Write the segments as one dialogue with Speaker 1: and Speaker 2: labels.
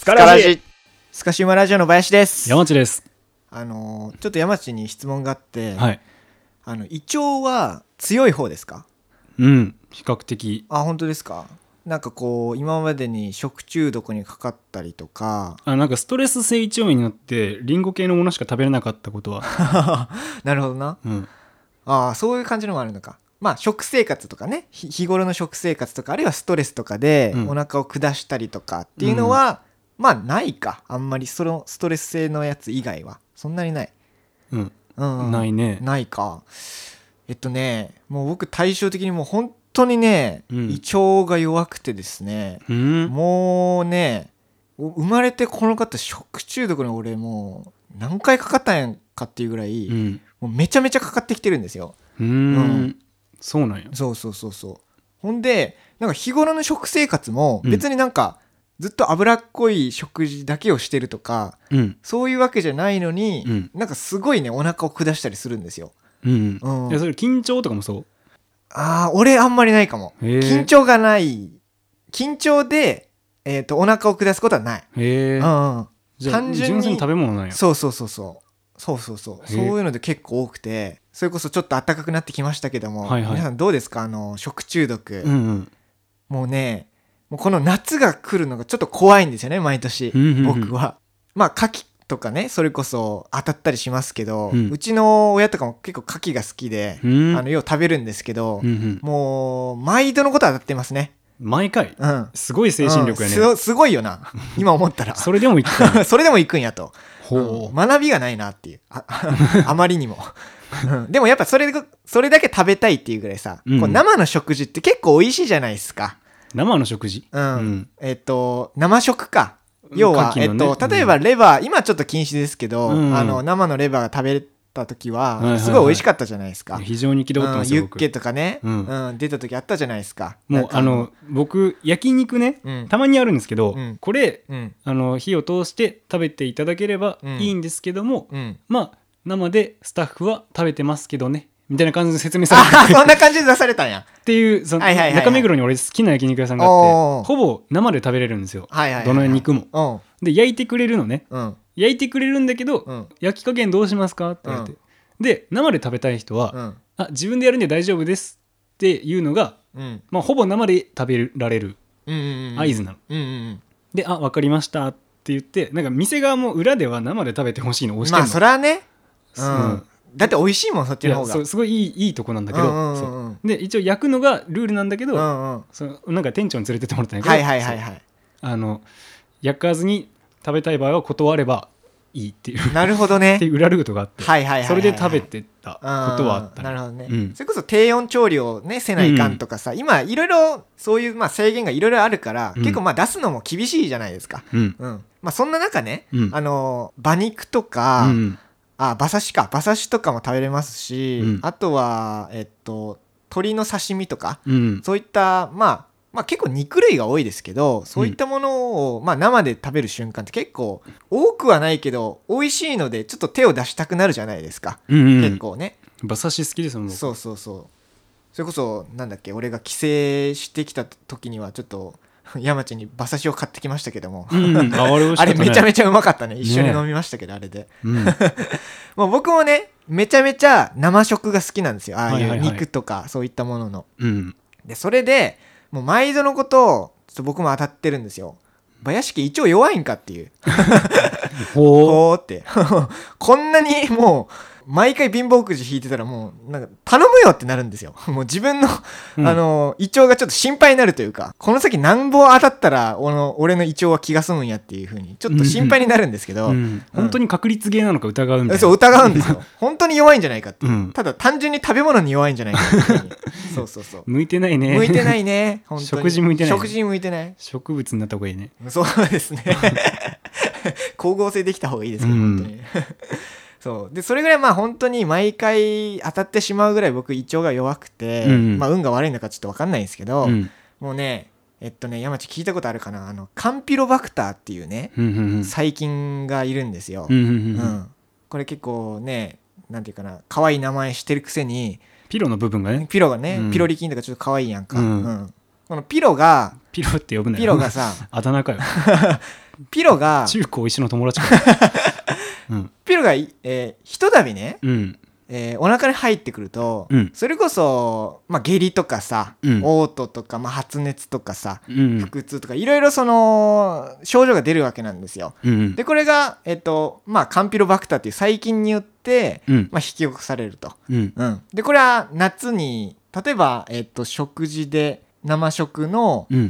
Speaker 1: か
Speaker 2: から
Speaker 1: ら
Speaker 2: じ
Speaker 1: じ
Speaker 3: スカシウマラジオの林です
Speaker 2: 山地です。
Speaker 3: あのーちょっと山地に質問があって、
Speaker 2: はい。
Speaker 3: あの胃腸は強い方ですか
Speaker 2: うん。比較的。
Speaker 3: あ本当ですかなんかこう今までに食中毒にかかったりとか
Speaker 2: あなんかストレス性胃腸炎になってリンゴ系のものしか食べれなかったこと は、
Speaker 3: なるほどな
Speaker 2: うん、
Speaker 3: ああそういう感じのもあるのかまあ食生活とかねひ日頃の食生活とかあるいはストレスとかで
Speaker 2: うん
Speaker 3: お腹を下したりとかっていうのは、まあないかあんまりそのストレス性のやつ以外はそんなにない、
Speaker 2: うん、
Speaker 3: うんうん、
Speaker 2: ないね。
Speaker 3: ないかえっとねもう僕対照的にもう本当にね、
Speaker 2: うん
Speaker 3: 胃腸が弱くてですね、
Speaker 2: うん。
Speaker 3: もうねお生まれてこの方食中毒に俺もう何回かかったんやんかっていうぐらい、
Speaker 2: うん。
Speaker 3: もうめちゃめちゃかかってきてるんですよ
Speaker 2: う。
Speaker 3: うん
Speaker 2: そうなんや。
Speaker 3: そうそうそうそうほんでなんか日頃の食生活も
Speaker 2: うん
Speaker 3: 別になんかずっと脂っこい食事だけをしてるとか
Speaker 2: うん。
Speaker 3: そういうわけじゃないのに、
Speaker 2: うん
Speaker 3: なんかすごいねお腹を下したりするんですよ
Speaker 2: うん。
Speaker 3: うん
Speaker 2: いや、それ緊張とかもそう。
Speaker 3: ああ、俺あんまりないかも。
Speaker 2: へー
Speaker 3: 緊張がない。緊張で、えっ、と、お腹を下すことはない。
Speaker 2: へえ。
Speaker 3: うんうん。
Speaker 2: じゃあ
Speaker 3: 単純に
Speaker 2: 純粋に食べ物なんや。
Speaker 3: そうそうそうそう。そうそうそう。
Speaker 2: へ
Speaker 3: そう
Speaker 2: ー
Speaker 3: いうので結構多くて、それこそちょっと暖かくなってきましたけども、
Speaker 2: はいはい
Speaker 3: 皆さんどうですかあの、食中毒。
Speaker 2: うんうん。
Speaker 3: もうね、もうこの夏が来るのがちょっと怖いんですよね、毎年。
Speaker 2: うんうんうん
Speaker 3: 僕は。まあ、牡蠣とかね、それこそ当たったりしますけど、
Speaker 2: う
Speaker 3: う
Speaker 2: ん
Speaker 3: ちの親とかも結構牡蠣が好きで、
Speaker 2: うん。
Speaker 3: あの、よう食べるんですけど、
Speaker 2: うんうん。
Speaker 3: もう、毎度のことは当たってますね。
Speaker 2: 毎回、
Speaker 3: うん。
Speaker 2: すごい精神力や
Speaker 3: うん
Speaker 2: ね。
Speaker 3: すすごいよな今思った ら
Speaker 2: それでも 生きてる。
Speaker 3: それでも行くんやと
Speaker 2: ほ
Speaker 3: うん学びがないなっていうあ あまりにもうんでもやっぱそれがそれだけ食べたいっていうぐらいさ、
Speaker 2: うん
Speaker 3: こう生の食事って結構美味しいじゃないですか、
Speaker 2: う。生の食事。
Speaker 3: うん
Speaker 2: うん
Speaker 3: えっと生食か
Speaker 2: うん
Speaker 3: 要は、
Speaker 2: 牡
Speaker 3: え
Speaker 2: 蠣の
Speaker 3: っ
Speaker 2: ね
Speaker 3: と、例えばレバー、今ちょっと禁止ですけど、
Speaker 2: うん
Speaker 3: あの生のレバーが食べた時
Speaker 2: はい
Speaker 3: は、
Speaker 2: はいはい
Speaker 3: すごい美味しかったじゃないですか、
Speaker 2: 非常に気取って
Speaker 3: う
Speaker 2: ま
Speaker 3: ん
Speaker 2: す
Speaker 3: ユ
Speaker 2: よ、
Speaker 3: ッ
Speaker 2: 僕。
Speaker 3: ケとかね、う
Speaker 2: うんん
Speaker 3: 出た時あったじゃないですか
Speaker 2: も
Speaker 3: な
Speaker 2: うん
Speaker 3: か
Speaker 2: あの、僕、焼肉ね、
Speaker 3: うん
Speaker 2: たまにあるんですけど、
Speaker 3: うん
Speaker 2: これ、
Speaker 3: うん
Speaker 2: あの火を通して食べていただければ
Speaker 3: うん
Speaker 2: いいんですけども、
Speaker 3: うん
Speaker 2: まあ生でスタッフは食べてますけどねみたいな感じで説明さ
Speaker 3: あ
Speaker 2: れて
Speaker 3: そんな感じで出されたんや
Speaker 2: っていうその
Speaker 3: はいはいはいはい
Speaker 2: 中目黒に俺好きな焼肉屋さんがあ
Speaker 3: お
Speaker 2: って
Speaker 3: ー
Speaker 2: ほぼ生で食べれるんですよ、
Speaker 3: はいはいはいは
Speaker 2: ど
Speaker 3: い
Speaker 2: の肉も
Speaker 3: うん
Speaker 2: で焼いてくれるのね
Speaker 3: うん
Speaker 2: 焼いてくれるんだけど、
Speaker 3: うん
Speaker 2: 焼き加減どうしますかって言われて、で生で食べたい人は、
Speaker 3: うん
Speaker 2: あ自分でやるんで大丈夫ですっていうのが、
Speaker 3: うん
Speaker 2: まあ、ほぼ生で食べられる
Speaker 3: うんうん
Speaker 2: 合図なの、
Speaker 3: うんうん
Speaker 2: であ分かりましたって言ってなんか店側も裏では生で食べてほしいのを
Speaker 3: う
Speaker 2: 押
Speaker 3: ん
Speaker 2: して
Speaker 3: ま
Speaker 2: ん
Speaker 3: あ
Speaker 2: の、
Speaker 3: それはねう
Speaker 2: うん
Speaker 3: んだって美味しいもんそっち
Speaker 2: い
Speaker 3: の方
Speaker 2: や
Speaker 3: が
Speaker 2: そうすごいいいいいとこなんだけど、
Speaker 3: うんうん
Speaker 2: そ
Speaker 3: うんうん
Speaker 2: うで一応焼くのがルールなんだけど、
Speaker 3: うんうん
Speaker 2: そのなんか店長に連れてってもらったんだけど、
Speaker 3: はいはいはい
Speaker 2: そう
Speaker 3: はい
Speaker 2: あの焼かずに食べたい場合は断ればいいっていう
Speaker 3: なるほど
Speaker 2: ってい
Speaker 3: ね
Speaker 2: う裏ルートがあって、
Speaker 3: はいはいはいはい
Speaker 2: それで食べてたことはあった
Speaker 3: う
Speaker 2: ね、
Speaker 3: んなるほどね、
Speaker 2: うん
Speaker 3: それこそ低温調理をねせないかんとかさ、今いろいろそういうまあ制限がいろいろあるから、
Speaker 2: うん
Speaker 3: 結構まあ出すのも厳しいじゃないですか、
Speaker 2: うん
Speaker 3: うんまあ、そんな中ね、
Speaker 2: うん
Speaker 3: あの馬肉とか、
Speaker 2: うん
Speaker 3: あ馬刺しか馬刺しとかも食べれますし、
Speaker 2: うん
Speaker 3: あとはえっと鶏の刺身とか
Speaker 2: うん
Speaker 3: そういった、まあ、まあ結構肉類が多いですけどそういったものを、まあ、生で食べる瞬間って結構多くはないけど美味しいのでちょっと手を出したくなるじゃないですか、
Speaker 2: うんうん
Speaker 3: 結構ね
Speaker 2: 馬刺し好きですもん僕
Speaker 3: そうそうそうそれこそなんだっけ俺が帰省してきた時にはちょっと山地に馬刺しを買ってきましたけども、
Speaker 2: うんうんあれ美味しか
Speaker 3: あ
Speaker 2: ったね
Speaker 3: れめちゃめちゃうまかったね一緒に
Speaker 2: ね
Speaker 3: 飲みましたけど、あれで
Speaker 2: うん
Speaker 3: もう僕もねめちゃめちゃ生食が好きなんですよああい
Speaker 2: は
Speaker 3: う
Speaker 2: いはいはい
Speaker 3: 肉とかそういったものの
Speaker 2: うん
Speaker 3: でそれでもう毎度のことをちょっと僕も当たってるんですよ林家一応弱いんかっていう
Speaker 2: ほう
Speaker 3: こうって こんなにもう毎回貧乏くじ引いてたらもうなんか頼むよってなるんですよもう自分の、
Speaker 2: うん
Speaker 3: あの胃腸がちょっと心配になるというかこの先何ぼ当たったら俺の俺の胃腸は気が済むんやっていうふうにちょっと心配になるんですけど、
Speaker 2: うん本当に確率ゲーなのか疑うみたいな
Speaker 3: そう疑うんですよ本当に弱いんじゃないかっていう、
Speaker 2: うん
Speaker 3: ただ単純に食べ物に弱いん じゃないかっていうふうにそうそうそう
Speaker 2: 向いてないね
Speaker 3: 向いてないいね本当に
Speaker 2: 食事向いてない
Speaker 3: 食事に向いてな い
Speaker 2: 植物になった方がいいね
Speaker 3: そうです ね光合成できた方がいいですね、
Speaker 2: うん
Speaker 3: 本当に そうでそれぐらいまあ本当に毎回当たってしまうぐらい僕胃腸が弱くて、
Speaker 2: うん
Speaker 3: まあ、運が悪いのかちょっと分かんないんですけど、
Speaker 2: うん
Speaker 3: もうねえっとね山地聞いたことあるかなあのカンピロバクターっていうね
Speaker 2: うんうん
Speaker 3: 細菌がいるんですよ、
Speaker 2: うんうんうん
Speaker 3: う
Speaker 2: うん
Speaker 3: んこれ結構ねなんていうかな可愛い名前してるくせに
Speaker 2: ピロの部分がね
Speaker 3: ピロがね、
Speaker 2: うん
Speaker 3: ピロリ菌とかちょっと可愛いやんか、
Speaker 2: うん
Speaker 3: うんこのピロが
Speaker 2: ピロって呼ぶんだよ
Speaker 3: ピロがさ
Speaker 2: あだ名かよ
Speaker 3: ピロが
Speaker 2: 中高一緒の友 達かうん
Speaker 3: ピロがい、えーひとたびね、
Speaker 2: うん
Speaker 3: えーお腹に入ってくると、
Speaker 2: うん
Speaker 3: それこそ、まあ、下痢とかさ、
Speaker 2: うん
Speaker 3: 嘔吐とか、まあ、発熱とかさ
Speaker 2: うん
Speaker 3: 腹痛とかいろいろその症状が出るわけなんですよ。
Speaker 2: うん
Speaker 3: でこれが、えっとまあ、カンピロバクターっていう細菌によって、
Speaker 2: うん
Speaker 3: まあ、引き起こされると。
Speaker 2: うん
Speaker 3: うん、でこれは夏に例えば、えっと、食事で生食の、
Speaker 2: うん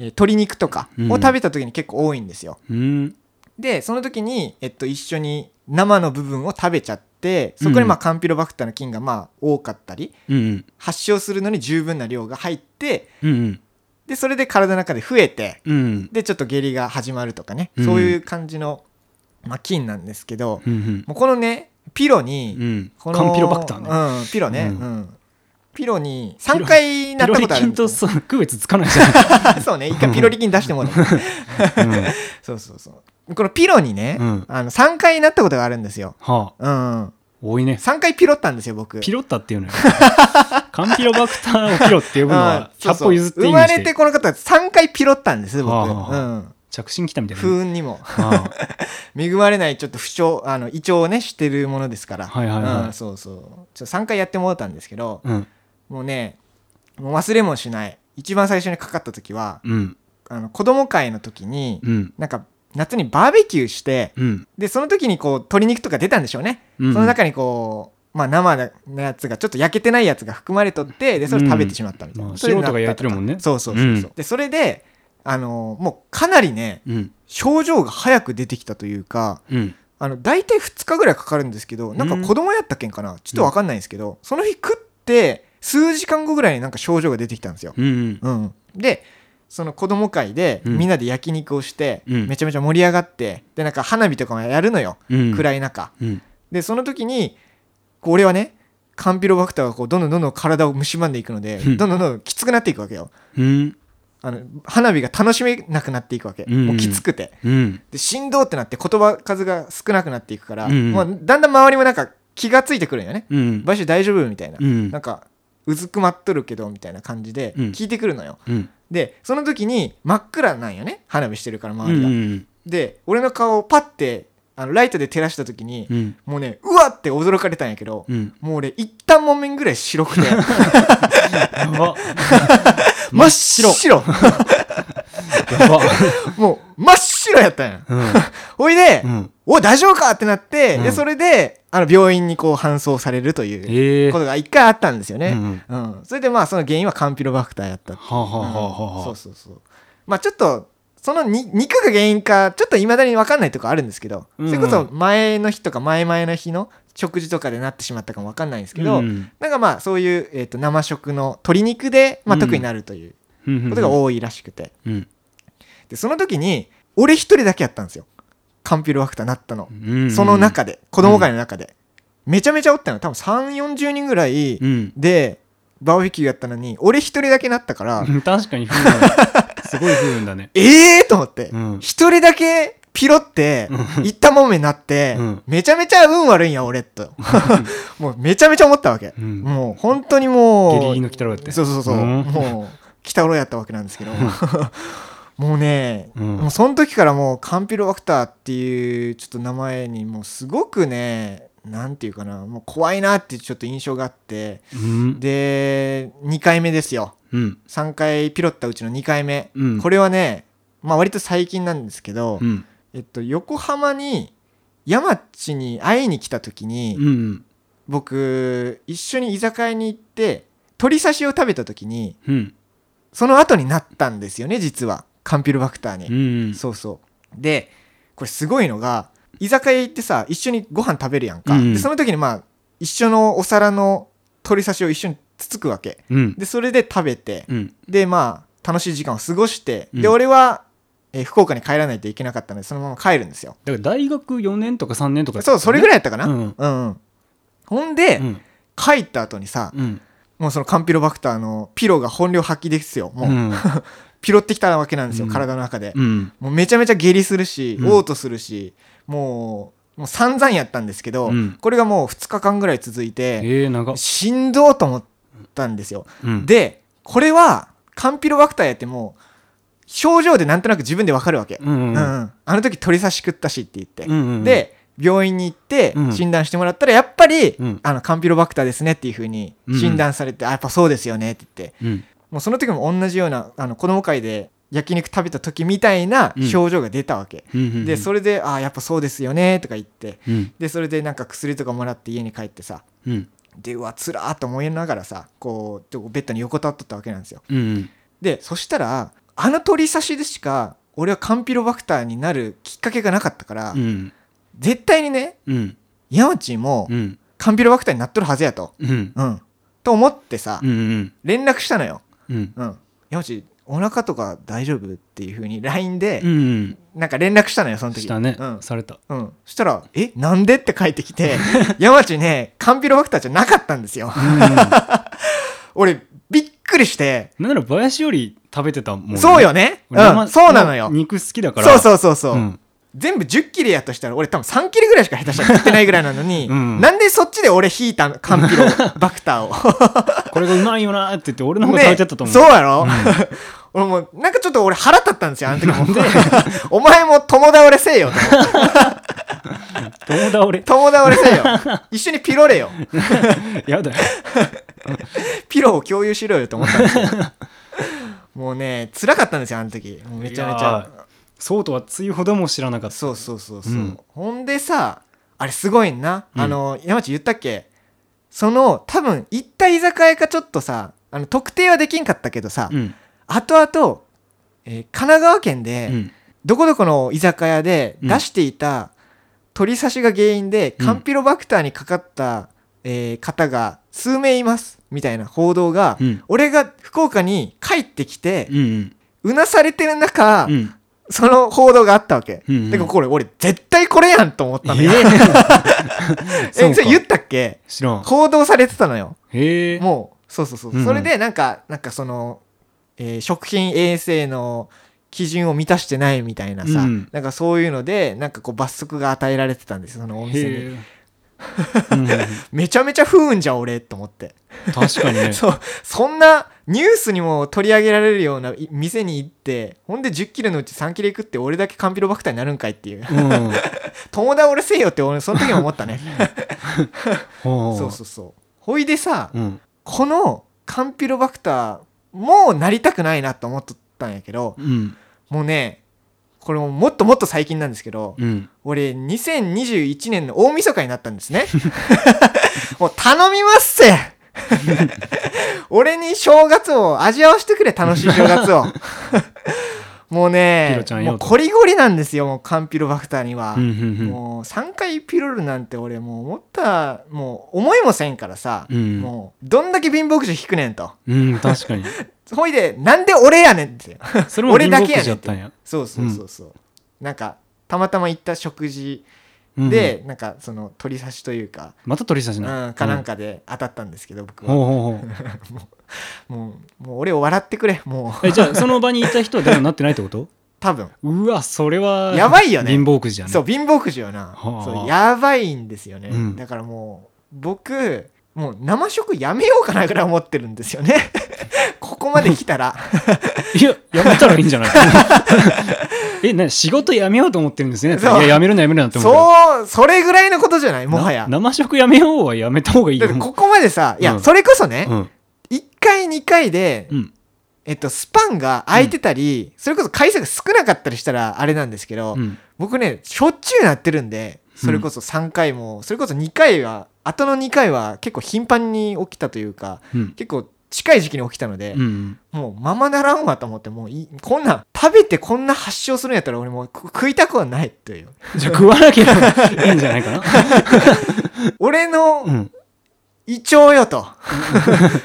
Speaker 3: えー鶏肉とか
Speaker 2: うん
Speaker 3: を食べた時に結構多いんですよ。
Speaker 2: うん
Speaker 3: でその時に、えっと、一緒に生の部分を食べちゃってそこに、まあ、カンピロバクターの菌が、まあ、多かったり
Speaker 2: うん
Speaker 3: 発症するのに十分な量が入って
Speaker 2: うん
Speaker 3: でそれで体の中で増えて
Speaker 2: うん
Speaker 3: でちょっと下痢が始まるとかね、
Speaker 2: うん
Speaker 3: そういう感じの、まあ、菌なんですけど、
Speaker 2: うん
Speaker 3: もうこのねピロに、
Speaker 2: うん
Speaker 3: こ
Speaker 2: カ
Speaker 3: の
Speaker 2: ンピロバクターね
Speaker 3: うん、ピロね、う
Speaker 2: うんん
Speaker 3: ピロに3回な
Speaker 2: ピロ
Speaker 3: ったこ
Speaker 2: リ
Speaker 3: とある
Speaker 2: 菌
Speaker 3: ん
Speaker 2: と
Speaker 3: ですよ
Speaker 2: そう区別つかないじゃ
Speaker 3: そうね一回ピロリ菌出してもらって
Speaker 2: んうんは
Speaker 3: そうそうそうこのピロにね、
Speaker 2: うん
Speaker 3: あの3回なったことがあるんですよ、
Speaker 2: あ
Speaker 3: うん、3
Speaker 2: 多いね
Speaker 3: 回ピロったんですよ僕
Speaker 2: ピロッタっていうのよカンピロバクターをピロって呼ぶのは
Speaker 3: うんそう
Speaker 2: 100
Speaker 3: そう
Speaker 2: 歩譲ってい
Speaker 3: 生
Speaker 2: い
Speaker 3: ま
Speaker 2: に
Speaker 3: れ
Speaker 2: してて
Speaker 3: この方3回ピロったんです僕、
Speaker 2: はあはあ
Speaker 3: うん、
Speaker 2: 着信来たみたいな
Speaker 3: 不
Speaker 2: ね
Speaker 3: 運にも
Speaker 2: あ
Speaker 3: 恵まれないちょっと不調あの胃腸をねしてるものですから、
Speaker 2: はいはいはい
Speaker 3: うん、そうそうちょっと3回やってもらったんですけど
Speaker 2: あ、うん
Speaker 3: もうねもう忘れもしない一番最初にかかった時は
Speaker 2: うん
Speaker 3: あの子供会の時に、
Speaker 2: うん
Speaker 3: なんか夏にバーベキューして
Speaker 2: うん
Speaker 3: でその時にこう鶏肉とか出たんでしょうね、
Speaker 2: うん
Speaker 3: その中にこう、まあ、生のやつがちょっと焼けてないやつが含まれとってでそれ食べてしまったみたいな、
Speaker 2: うんまあ
Speaker 3: それで
Speaker 2: 素人が
Speaker 3: な
Speaker 2: 焼
Speaker 3: っ
Speaker 2: いて
Speaker 3: たと
Speaker 2: るもんね
Speaker 3: そうそうそうそう、でそれであのーもうかなりね
Speaker 2: うん
Speaker 3: 症状が早く出てきたというか
Speaker 2: うん
Speaker 3: あの大体2日ぐらいかかるんですけどなんか子供やったっけんかな、ちょっと分かんないんですけど、その日食って数時間後ぐらいになんか症状が出てきたんですよ、
Speaker 2: うん
Speaker 3: うん、でその子供会で
Speaker 2: うん
Speaker 3: みんなで焼肉をして、
Speaker 2: うん
Speaker 3: めちゃめちゃ盛り上がってでなんか花火とかもやるのよ、
Speaker 2: うん
Speaker 3: 暗い中
Speaker 2: うん
Speaker 3: でその時にこう俺はねカンピロバクターがこうどんどんどんどん体を蝕んでいくので
Speaker 2: うん
Speaker 3: どんどんどんどんきつくなっていくわけよ
Speaker 2: うん
Speaker 3: あの花火が楽しめなくなっていくわけ、
Speaker 2: うん
Speaker 3: もうきつくて
Speaker 2: うん
Speaker 3: で振動ってなって言葉数が少なくなっていくから、
Speaker 2: うん
Speaker 3: もうだんだん周りもなんか気がついてくるんよね
Speaker 2: うん
Speaker 3: 「場所大丈夫?」みたいな、
Speaker 2: うん
Speaker 3: なんかうずくまっとるけどみたいな感じで
Speaker 2: うん
Speaker 3: 聞いてくるのよ、
Speaker 2: うん
Speaker 3: でその時に真っ暗なんよね花火してるから
Speaker 2: う
Speaker 3: 周りが、
Speaker 2: ん
Speaker 3: で俺の顔をパッてあのライトで照らした時に、
Speaker 2: うん
Speaker 3: もうねうわって驚かれたんやけど、
Speaker 2: うん
Speaker 3: もう俺一旦もめんぐらい白 くて
Speaker 2: やば
Speaker 3: 真っ白
Speaker 2: やば
Speaker 3: もう真っ白やったんや
Speaker 2: う
Speaker 3: ほいで、
Speaker 2: んうん
Speaker 3: おい大丈夫かってなって、
Speaker 2: うん
Speaker 3: でそれであの病院にこう搬送されるという
Speaker 2: ええ
Speaker 3: ことが一回あったんですよね、
Speaker 2: うん
Speaker 3: うんそれでまあその原因はカンピロバクターやった
Speaker 2: はあはあはあ
Speaker 3: うん
Speaker 2: は
Speaker 3: そ
Speaker 2: あ
Speaker 3: うそうそうまあちょっとそのに肉が原因かちょっといまだに分かんないとこあるんですけど、
Speaker 2: うんうん
Speaker 3: それこそ前の日とか前々の日の食事とかでなってしまったかも分かんないんですけど、
Speaker 2: うん
Speaker 3: なんかまあそういう、えー、と生食の鶏肉で、まあ、
Speaker 2: うん
Speaker 3: 特になるという
Speaker 2: うん
Speaker 3: ことが多いらしくて、
Speaker 2: うん
Speaker 3: でその時に俺一人だけやったんですよカンピロバクターなったの、
Speaker 2: うん
Speaker 3: その中で子供会の中で、めちゃめちゃおったの多分3 4 0人ぐらい
Speaker 2: うん
Speaker 3: でバーベキューやったのに俺一人だけなったから、
Speaker 2: うん確かに不運だねすごい不運だね
Speaker 3: ええー、と思って
Speaker 2: うん
Speaker 3: 一、人だけピロって
Speaker 2: うん
Speaker 3: 行ったもめになって、
Speaker 2: うん
Speaker 3: めちゃめちゃ運悪いんや俺と もうめちゃめちゃ思ったわけ、
Speaker 2: うん
Speaker 3: もう本当にもう
Speaker 2: 下痢の鬼太郎だって
Speaker 3: そうそうそう、
Speaker 2: うん
Speaker 3: もう鬼太郎やったわけなん ですけどもうね、
Speaker 2: うん
Speaker 3: もうその時からもうカンピロバクターっていうちょっと名前にもうすごくねなんていうかなもう怖いなっていうちょっと印象があって
Speaker 2: うん
Speaker 3: で2回目ですよ
Speaker 2: うん
Speaker 3: 3回ピロったうちの2回目、
Speaker 2: うん
Speaker 3: これはね、まあ、割と最近なんですけど、
Speaker 2: うん
Speaker 3: えっと、横浜に山地に会いに来た時に、
Speaker 2: うん
Speaker 3: 僕一緒に居酒屋に行って鶏刺しを食べた時に
Speaker 2: うん
Speaker 3: その後になったんですよね実はカンピロバクター
Speaker 2: う
Speaker 3: に、
Speaker 2: ん
Speaker 3: そうそうでこれすごいのが居酒屋行ってさ一緒にご飯食べるやんか、
Speaker 2: うん
Speaker 3: でその時にまあ一緒のお皿の鶏刺しを一緒につつくわけ
Speaker 2: うん
Speaker 3: でそれで食べて、
Speaker 2: うん
Speaker 3: でまあ楽しい時間を過ごして、で
Speaker 2: うん
Speaker 3: 俺は、えー福岡に帰らないといけなかったのでそのまま帰るんですよ
Speaker 2: だから大学4年とか3年とか
Speaker 3: そうそれぐ
Speaker 2: らい
Speaker 3: らいやったかなう
Speaker 2: うんん、
Speaker 3: うんほんで、
Speaker 2: うん
Speaker 3: 書いた後にさ
Speaker 2: うん
Speaker 3: もうそのカンピロバクターのピロが本領発揮ですよもう、
Speaker 2: うん
Speaker 3: ピロってきたわけなんですよ、
Speaker 2: うん
Speaker 3: 体の中で、
Speaker 2: うん
Speaker 3: もうめちゃめちゃ下痢するし、
Speaker 2: うん
Speaker 3: 嘔吐するしもうもう散々やったんですけど、
Speaker 2: うん
Speaker 3: これがもう2日間ぐらい続いて
Speaker 2: ええ長っ
Speaker 3: しんどーと思ったんですよ、
Speaker 2: うん
Speaker 3: でこれはカンピロバクターやっても症状でなんとなく自分でわかるわけ、
Speaker 2: うんうん
Speaker 3: うんあの時鳥刺し食ったしって言って、
Speaker 2: うんうんうん
Speaker 3: で病院に行って
Speaker 2: うん
Speaker 3: 診断してもらったらやっぱり、
Speaker 2: うん
Speaker 3: あのカンピロバクターですねっていう風に診断されて、あやっぱそうですよねって言って
Speaker 2: うん
Speaker 3: もうその時も同じようなあの子供会で焼肉食べた時みたいな症状が出たわけ、
Speaker 2: うんうん
Speaker 3: でそれで「あやっぱそうですよね」とか言って
Speaker 2: うん
Speaker 3: でそれでなんか薬とかもらって家に帰ってさ
Speaker 2: うん
Speaker 3: でうわつらーっと思いながらさこうちょっとベッドに横たわっとったわけなんですよ
Speaker 2: うんうん
Speaker 3: でそしたらあの鳥刺しでしか俺はカンピロバクターになるきっかけがなかったから、
Speaker 2: うん
Speaker 3: 絶対にね
Speaker 2: うん
Speaker 3: 山内も
Speaker 2: うん
Speaker 3: カンピロバクターになっとるはずやと
Speaker 2: うん
Speaker 3: うんと思ってさ、
Speaker 2: うんうん
Speaker 3: 連絡したのよ
Speaker 2: うん
Speaker 3: うん山内お腹とか大丈夫っていうふうに LINE で、
Speaker 2: うん
Speaker 3: なんか連絡したのよその時
Speaker 2: したね
Speaker 3: うん
Speaker 2: された
Speaker 3: うん、そしたら「えなんで?」って返って きて山内ねカンピロバクターじゃなかったんですよ
Speaker 2: うんな
Speaker 3: 俺びっくりして
Speaker 2: んなら林より食べてたもん
Speaker 3: そうよね、
Speaker 2: 俺生
Speaker 3: うん、そうなのよ
Speaker 2: 肉好きだから
Speaker 3: そうそうそうそう、
Speaker 2: ん
Speaker 3: 全部10切れやとしたら俺多分3切れぐらいしか下手したら食ってないぐらいなのに、
Speaker 2: うん
Speaker 3: なんでそっちで俺引いたのカンピロバクターを
Speaker 2: これがうまいよなーって言って俺の方が
Speaker 3: ね
Speaker 2: 食べちゃったと思う
Speaker 3: そうやろ、 俺もうなんかちょっと俺腹立ったんですよあの 時も お前も友倒れせえよと
Speaker 2: 友倒れ
Speaker 3: 友倒れせえよ 一緒にピロれよ
Speaker 2: や だよ
Speaker 3: ピロを共有しろよと思ったんですよ もうね辛かったんですよあの時もうめちゃめち
Speaker 2: いや
Speaker 3: ゃ
Speaker 2: ーそうとはつゆほども知らなかった
Speaker 3: そうそうそうそう、
Speaker 2: うん
Speaker 3: ほんでさあれすごいんな、
Speaker 2: うん
Speaker 3: あの山内言ったっけその多分行った居酒屋かちょっとさあの特定はできんかったけどさ、
Speaker 2: うん
Speaker 3: 後々、えー神奈川県で、
Speaker 2: うん
Speaker 3: どこどこの居酒屋で
Speaker 2: うん
Speaker 3: 出していた鳥刺しが原因で、
Speaker 2: うん
Speaker 3: カンピロバクターにかかった、えー方が数名いますみたいな報道が、
Speaker 2: うん
Speaker 3: 俺が福岡に帰ってきて
Speaker 2: う、ん
Speaker 3: うなされてる中、
Speaker 2: うん
Speaker 3: その報道があったわけ。
Speaker 2: うんうん
Speaker 3: だからこれ、俺絶対これやんと思ったの よ。え、そ
Speaker 2: そうか
Speaker 3: れ言ったっけ
Speaker 2: 知らん
Speaker 3: 報道されてたのよ。
Speaker 2: へえ
Speaker 3: もう、そうそうそう。
Speaker 2: うんうん
Speaker 3: それで、なんか、なんかその、えー食品衛生の基準を満たしてないみたいなさ、
Speaker 2: うん
Speaker 3: なんかそういうので、なんかこう罰則が与えられてたんですよ、そのお店に。
Speaker 2: へえうん
Speaker 3: めちゃめちゃ不運じゃん、俺、と思って。
Speaker 2: 確かにね
Speaker 3: そうそんなニュースにも取り上げられるようない店に行ってほんで1 0キロのうち3キロ行くって俺だけカンピロバクターになるんかいっていう
Speaker 2: うん
Speaker 3: 友達俺せえよって俺その時も思った ね
Speaker 2: ほ
Speaker 3: そうそうそうほいでさ、
Speaker 2: うん
Speaker 3: このカンピロバクターもうなりたくないなと思っとったんやけど
Speaker 2: うん
Speaker 3: もうねこれももっともっと最近なんですけど、
Speaker 2: うん
Speaker 3: 俺2021年の大晦日になったんで すねもう頼みますせ俺に正月を味わわしてくれ楽しい正 月をもう
Speaker 2: ピ
Speaker 3: ね
Speaker 2: ロちゃんよ
Speaker 3: もうコリゴリなんですよもうカンピロバクターには
Speaker 2: う、んうん
Speaker 3: もう3回ピロルなんて俺もう思ったもう思いもせんからさ、
Speaker 2: うん
Speaker 3: もうどんだけ貧乏くじ引くねんと
Speaker 2: うんうん確か に
Speaker 3: ほいでなんで俺やねんって
Speaker 2: それも
Speaker 3: 俺
Speaker 2: 貧
Speaker 3: だけ
Speaker 2: 乏
Speaker 3: や
Speaker 2: く
Speaker 3: ね
Speaker 2: じ
Speaker 3: ん
Speaker 2: や
Speaker 3: っ
Speaker 2: ってたんや
Speaker 3: そうそうそうそう、なんかたまたま行った食事
Speaker 2: うん
Speaker 3: で、なんかその取り差しというか、
Speaker 2: また鳥刺し
Speaker 3: うん、
Speaker 2: な
Speaker 3: かなんかで当たったんですけど僕
Speaker 2: ほう
Speaker 3: は
Speaker 2: ほうほ
Speaker 3: もうもう俺を笑ってくれも う
Speaker 2: うえじゃあその場にいた人は誰もなってないってこと
Speaker 3: 多分
Speaker 2: うわそれは
Speaker 3: やばいよね
Speaker 2: 貧乏くじやね
Speaker 3: そう貧乏くじよな、
Speaker 2: はあ
Speaker 3: そうやばいんですよね、
Speaker 2: うん
Speaker 3: だからもう僕もう生食やめようかなぐらい思ってるんですよね ここまで来たら
Speaker 2: いややめたらいいんじゃない えな仕事やめようと思ってるんですねい
Speaker 3: そう
Speaker 2: ややめるなやめるなって思うけど
Speaker 3: そうそれぐらいのことじゃないもはや
Speaker 2: な生食やめようはやめた方がいい
Speaker 3: だ
Speaker 2: よ
Speaker 3: ってここまでさいや、
Speaker 2: うん
Speaker 3: それこそね、
Speaker 2: うん
Speaker 3: 1回2回で、
Speaker 2: うん
Speaker 3: えっと、スパンが空いてたり、それこそ回数が少なかったりしたらあれなんですけど、
Speaker 2: うん
Speaker 3: 僕ねしょっちゅうなってるんでそれこそ3回も、それこそ2回は後の2回は結構頻繁に起きたというか
Speaker 2: うん
Speaker 3: 結構近い時期に起きたので、
Speaker 2: うん
Speaker 3: もうままならんわと思ってもういいこんなん食べてこんな発症するんやったら俺もう食食いたくはないと いう
Speaker 2: じゃあ食わなきゃいいんじゃない かな
Speaker 3: 俺の
Speaker 2: うん
Speaker 3: 胃腸 よと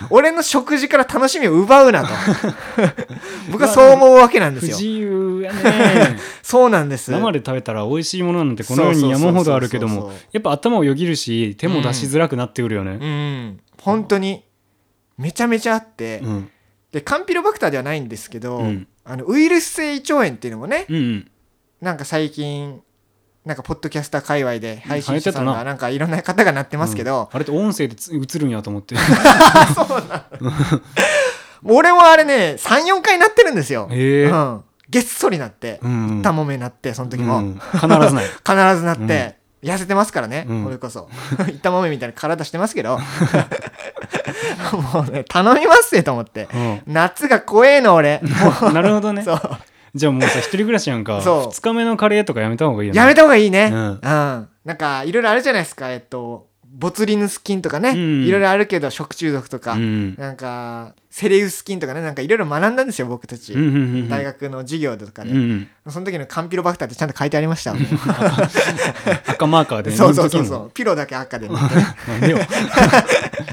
Speaker 3: 俺の食事から楽しみを奪うなと 僕はそう思うわけなんで
Speaker 2: 不
Speaker 3: すよ
Speaker 2: 自由や ね
Speaker 3: そうなんです
Speaker 2: 生で食べたら美味しいものなんてこのように山ほどあるけど
Speaker 3: そうそう
Speaker 2: も
Speaker 3: そうそう
Speaker 2: やっぱ頭をよぎるし手も出しづらくなってくるよ
Speaker 3: う
Speaker 2: ね
Speaker 3: ん本当にめちゃめちゃあって、
Speaker 2: うん
Speaker 3: でカンピロバクターではないんですけど、
Speaker 2: うん
Speaker 3: あのウイルス性胃腸炎っていうのもね、
Speaker 2: うんうん
Speaker 3: なんか最近なんかポッドキャスター界隈で配信者さん
Speaker 2: 流行ってたな
Speaker 3: がなんかいろんな方がなってますけど、
Speaker 2: あれって音声でつ映るんやと思 って
Speaker 3: 俺もあれね34回なってるんですよ、
Speaker 2: へえ
Speaker 3: うん、げっそりなって、
Speaker 2: うんうん
Speaker 3: たもめになって、その時も、
Speaker 2: うん必ず ない。
Speaker 3: 必ずなって、痩せてますからね、
Speaker 2: うん
Speaker 3: これこそ。 いったまめみたいな体してますけど、 もうね、頼みますよと思って。
Speaker 2: う
Speaker 3: 夏が怖えの俺。
Speaker 2: んなるほど ね
Speaker 3: そう。
Speaker 2: じゃあもうさ一人暮らしなんか
Speaker 3: そう
Speaker 2: 二日目のカレーとかやめた方がいいよね
Speaker 3: やめた方がいいね。
Speaker 2: う
Speaker 3: うんん。なんか、いろいろあるじゃないですか。えっと、ボツリヌス菌とかね。
Speaker 2: うん
Speaker 3: いろいろあるけど、食中毒とか。
Speaker 2: うん
Speaker 3: なんか、セレウス菌とかね。なんかいろいろ学んだんですよ、僕たち。
Speaker 2: うんうんうんうん
Speaker 3: 大学の授業とかで、
Speaker 2: うんうん
Speaker 3: その時のカンピロバクターってちゃんと書いてありました。
Speaker 2: 赤マーカーでね
Speaker 3: そうそうそうそ
Speaker 2: 塗っ
Speaker 3: う。ピロだけ赤 でね、
Speaker 2: ときのなんでよ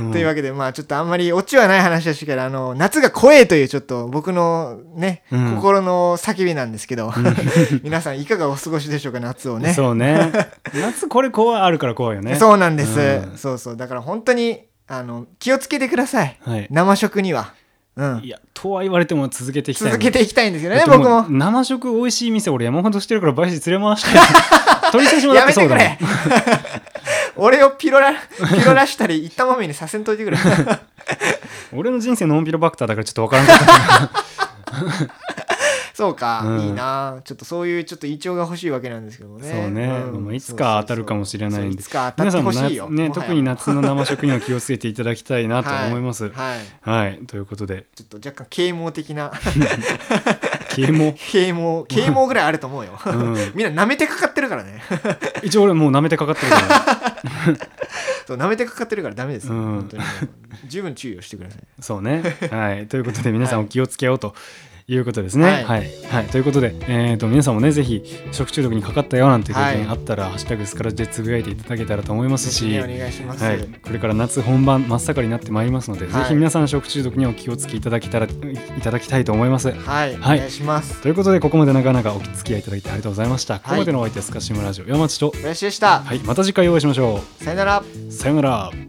Speaker 2: うん
Speaker 3: というわけで、まあちょっとあんまりオチはない話でしたけど、あの、夏が怖えというちょっと僕のね、
Speaker 2: うん
Speaker 3: 心の叫びなんですけど、 皆さんいかがお過ごしでしょうか、夏をね。
Speaker 2: そう ね夏これ怖いあるから怖いよね
Speaker 3: そうなんです、
Speaker 2: うん
Speaker 3: そうそう。だから本当に、あの、気をつけてください。
Speaker 2: はい
Speaker 3: 生食には。うん
Speaker 2: い。やとは言われても続けていきたい
Speaker 3: 続けていきたいんですよね
Speaker 2: だ、って
Speaker 3: 僕も
Speaker 2: う。生食美味しい店俺山ほどしてるからバイシ連れ回して 取り返しもだ
Speaker 3: や
Speaker 2: って
Speaker 3: め
Speaker 2: そ
Speaker 3: て
Speaker 2: う
Speaker 3: く
Speaker 2: だもん
Speaker 3: れ 俺をピロラ、ピロラしたり、いったまめにさせんといて くれ。
Speaker 2: 俺の人生ノンピロバクターだからちょっとわからんかった
Speaker 3: そうか、
Speaker 2: うん
Speaker 3: いいなちょっとそういうちょっと胃腸が欲しいわけなんですけどもね
Speaker 2: そうね
Speaker 3: ん
Speaker 2: まあいつか当たるかもしれないんで
Speaker 3: そうそうそういつか当た
Speaker 2: 皆さん
Speaker 3: って
Speaker 2: も
Speaker 3: ほ
Speaker 2: な
Speaker 3: しいよ
Speaker 2: ね
Speaker 3: もはや
Speaker 2: 特に夏の生食には気をつけていただきたいなと思います
Speaker 3: はい、はい
Speaker 2: はい、ということで
Speaker 3: ちょっと若干啓蒙的な
Speaker 2: 啓蒙
Speaker 3: 啓蒙啓蒙ぐらいあると思うよ、
Speaker 2: ん
Speaker 3: みんな舐めてかかってるからね
Speaker 2: 一応俺もう舐めてかかってるから
Speaker 3: そう舐めてかかってるからダメですよ、
Speaker 2: うん
Speaker 3: 本当にもう十分注意をしてください
Speaker 2: そう ねはいということで皆さん
Speaker 3: は
Speaker 2: お
Speaker 3: い
Speaker 2: 気をつけようということですねは、
Speaker 3: はいい
Speaker 2: はいということで、えー、と皆さんもねぜひ食中毒にかかったよなんていう経験
Speaker 3: は
Speaker 2: あったら「ハッシュタグスカラジ」でつぶやいていただけたらと思いますし、
Speaker 3: ねお願いします、
Speaker 2: はい、これから夏本番真っ盛りになってまいりますので、
Speaker 3: はい
Speaker 2: ぜひ皆さん食中毒にお気をつけいただけたらいただきたいと思います。
Speaker 3: はい
Speaker 2: はい
Speaker 3: お願いします
Speaker 2: ということでここまで長々お付き合いいただいてありがとうございました。ここまでのお相手はスカシムラジオ山地と、
Speaker 3: 林でした、
Speaker 2: はい、また次回お会いしましょ
Speaker 3: さよなら
Speaker 2: う。さようなら。